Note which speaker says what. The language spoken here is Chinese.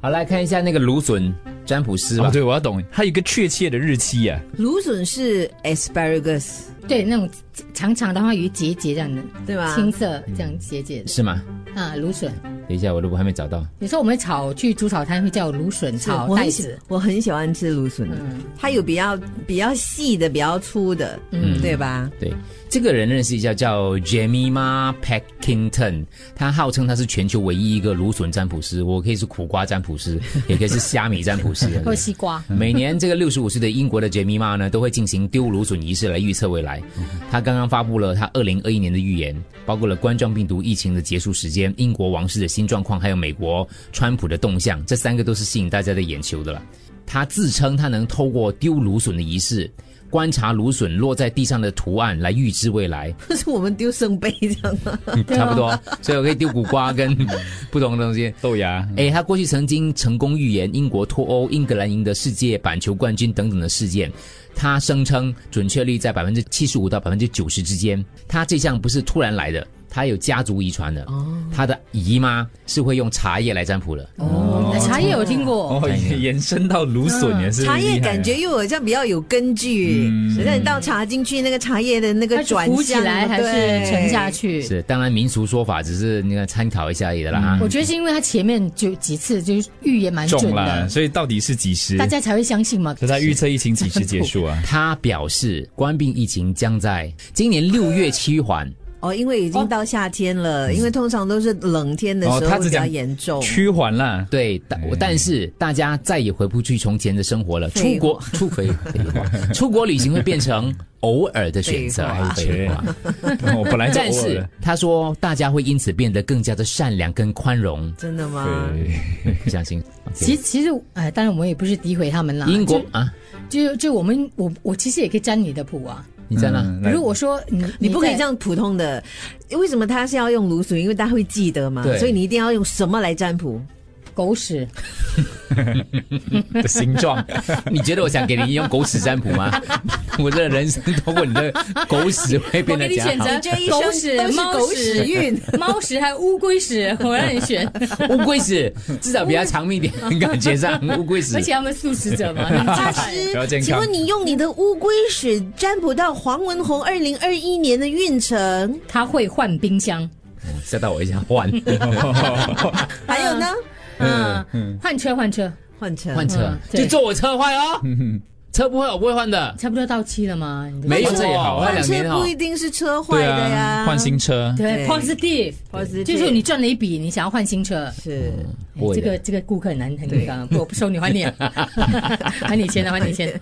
Speaker 1: 好，来看一下那个芦笋占卜师吧。
Speaker 2: 哦，对，我要懂，它有一个确切的日期呀、
Speaker 3: 芦笋是 asparagus
Speaker 4: 对，那种长长的话，有一节节这样的，
Speaker 3: 对吧？
Speaker 4: 青色
Speaker 2: 嗯
Speaker 4: 这样节节的
Speaker 1: 是吗？
Speaker 4: 啊，芦笋。
Speaker 1: 等一下，我如果还没找到，
Speaker 4: 有时候我们炒去煮炒摊会叫芦笋
Speaker 3: 是
Speaker 4: 炒
Speaker 3: 我
Speaker 4: 带
Speaker 3: 很喜
Speaker 4: 子，
Speaker 3: 我很喜欢吃芦笋，
Speaker 4: 嗯
Speaker 3: 它有比较比较细的，比较粗的，嗯，对吧？
Speaker 1: 对，这个人认识一下，叫 Jemima Packington，他号称他是全球唯一一个芦笋占卜师，我可以是苦瓜占卜师，也可以是虾米占卜师。
Speaker 4: 或者西瓜。
Speaker 1: 每年这个六十五岁的英国的杰米妈呢，都会进行丢芦笋仪式来预测未来。她刚刚发布了她二零二一年的预言，包括了冠状病毒疫情的结束时间、英国王室的新状况，还有美国川普的动向，这三个都是吸引大家的眼球的了。她自称她能透过丢芦笋的仪式。观察芦笋落在地上的图案来预知未来，
Speaker 3: 不是我们丢圣杯这样吗？
Speaker 1: 差不多，所以我可以丢苦瓜跟不同的东西。
Speaker 2: 豆芽。
Speaker 1: 哎，他过去曾经成功预言英国脱欧、英格兰赢得世界板球冠军等等的事件。他声称准确率在百分之七十五到百分之九十之间。他这项不是突然来的，他有家族遗传的。他的姨妈是会用茶叶来占卜的。
Speaker 4: 哦，茶叶有听过，
Speaker 2: 哦，
Speaker 1: 呀
Speaker 2: 延延伸到芦笋也是、
Speaker 3: 嗯
Speaker 2: 啊
Speaker 3: 茶叶感觉。又好像比较有根据，
Speaker 2: 嗯
Speaker 3: 实在你倒茶进去，那个茶叶的那
Speaker 4: 它
Speaker 3: 个
Speaker 4: 是
Speaker 3: 转
Speaker 4: 浮起
Speaker 3: 向
Speaker 4: 来还是沉下
Speaker 3: 去？
Speaker 4: 去？
Speaker 1: 是，当然民俗说法只是那个参考一下而已的啦哈。？
Speaker 4: 我觉得是因为他前面就几次就是预言蛮准
Speaker 2: 中啦，
Speaker 4: 的，
Speaker 2: 所以到底是几时？
Speaker 4: 大家才会相信嘛。
Speaker 2: 可是他预测疫情几时结束啊
Speaker 1: 他表示，冠病疫情将在今年六月趋缓。
Speaker 3: 哦，因为已经到夏天了，因为通常都是冷天的
Speaker 2: 哦，
Speaker 3: 时
Speaker 2: 他
Speaker 3: 候
Speaker 2: 只
Speaker 3: 比较
Speaker 2: 讲
Speaker 3: 严重。
Speaker 2: 趋缓啦。
Speaker 1: 对，但
Speaker 2: 哎
Speaker 1: 但是大家再也回不去从前的生活了。出
Speaker 3: 废
Speaker 1: 国出可以废 话，出国旅行会变成偶尔的选择
Speaker 3: 废话，
Speaker 1: 废话。
Speaker 2: 我哎哦本来就
Speaker 1: 但
Speaker 2: 偶尔嗯
Speaker 1: 是
Speaker 2: 的。
Speaker 1: 他说，大家会因此变得更加的善良跟宽容。
Speaker 3: 真的吗？
Speaker 2: 对，
Speaker 1: 不相 信？
Speaker 4: 哎其实其实，哎，当然我们也不是诋毁他们啦。
Speaker 1: 英国啊，
Speaker 4: 就就就我们我我其实也可以占你的谱啊。
Speaker 1: 你在哪？
Speaker 2: 嗯
Speaker 4: 比如我说你
Speaker 3: 你不可以
Speaker 4: 在
Speaker 3: 这样普通的，为什么他是要用芦笋？因为大家会记得嘛
Speaker 1: 对，
Speaker 3: 所以你一定要用什么来占卜？
Speaker 4: 狗屎，
Speaker 2: 的形状，
Speaker 4: 哦
Speaker 1: 你觉得我想给你用狗屎占卜 吗？我的人生通过你的狗屎会变得
Speaker 4: 我给你
Speaker 1: 怎
Speaker 4: 选
Speaker 1: 样
Speaker 4: 择？
Speaker 3: 这一
Speaker 4: 狗
Speaker 3: 生
Speaker 4: 屎
Speaker 3: 都是
Speaker 4: 猫
Speaker 3: 狗
Speaker 4: 屎
Speaker 3: 屎运。
Speaker 4: 猫屎还有乌龟屎，我让你 选，
Speaker 1: 乌龟屎至少比他长 命一点，感觉上乌龟屎
Speaker 4: 而。且他们素食者 嘛，
Speaker 3: 大
Speaker 4: 大
Speaker 3: 师
Speaker 2: 比较健，康
Speaker 3: 请问你用你的乌龟屎占卜到黄文宏二零二一年的运程，
Speaker 4: 他会换冰箱，
Speaker 1: 吓到我一下，换
Speaker 2: 啊
Speaker 3: 还有呢？
Speaker 4: 嗯，换车换车，
Speaker 3: 换成
Speaker 1: 换车
Speaker 4: 嗯，对
Speaker 1: 就坐我车坏哦，车不会我不会换的。
Speaker 4: 差不多到期了嘛，你的
Speaker 1: 没有
Speaker 2: 这也好啊
Speaker 1: 换
Speaker 3: 换
Speaker 1: 两年
Speaker 3: 车
Speaker 1: 哦
Speaker 3: 不。一定是车 坏
Speaker 2: 对
Speaker 3: 的
Speaker 2: 啊
Speaker 3: 呀，，
Speaker 2: 换新车，
Speaker 3: 对
Speaker 4: 对 positive，
Speaker 3: 或者
Speaker 4: 就是你赚了一笔，你想要换新车，
Speaker 3: 是
Speaker 4: 啊哎这个这个顾客很难很那个，我不收你还你，还你钱的还你钱。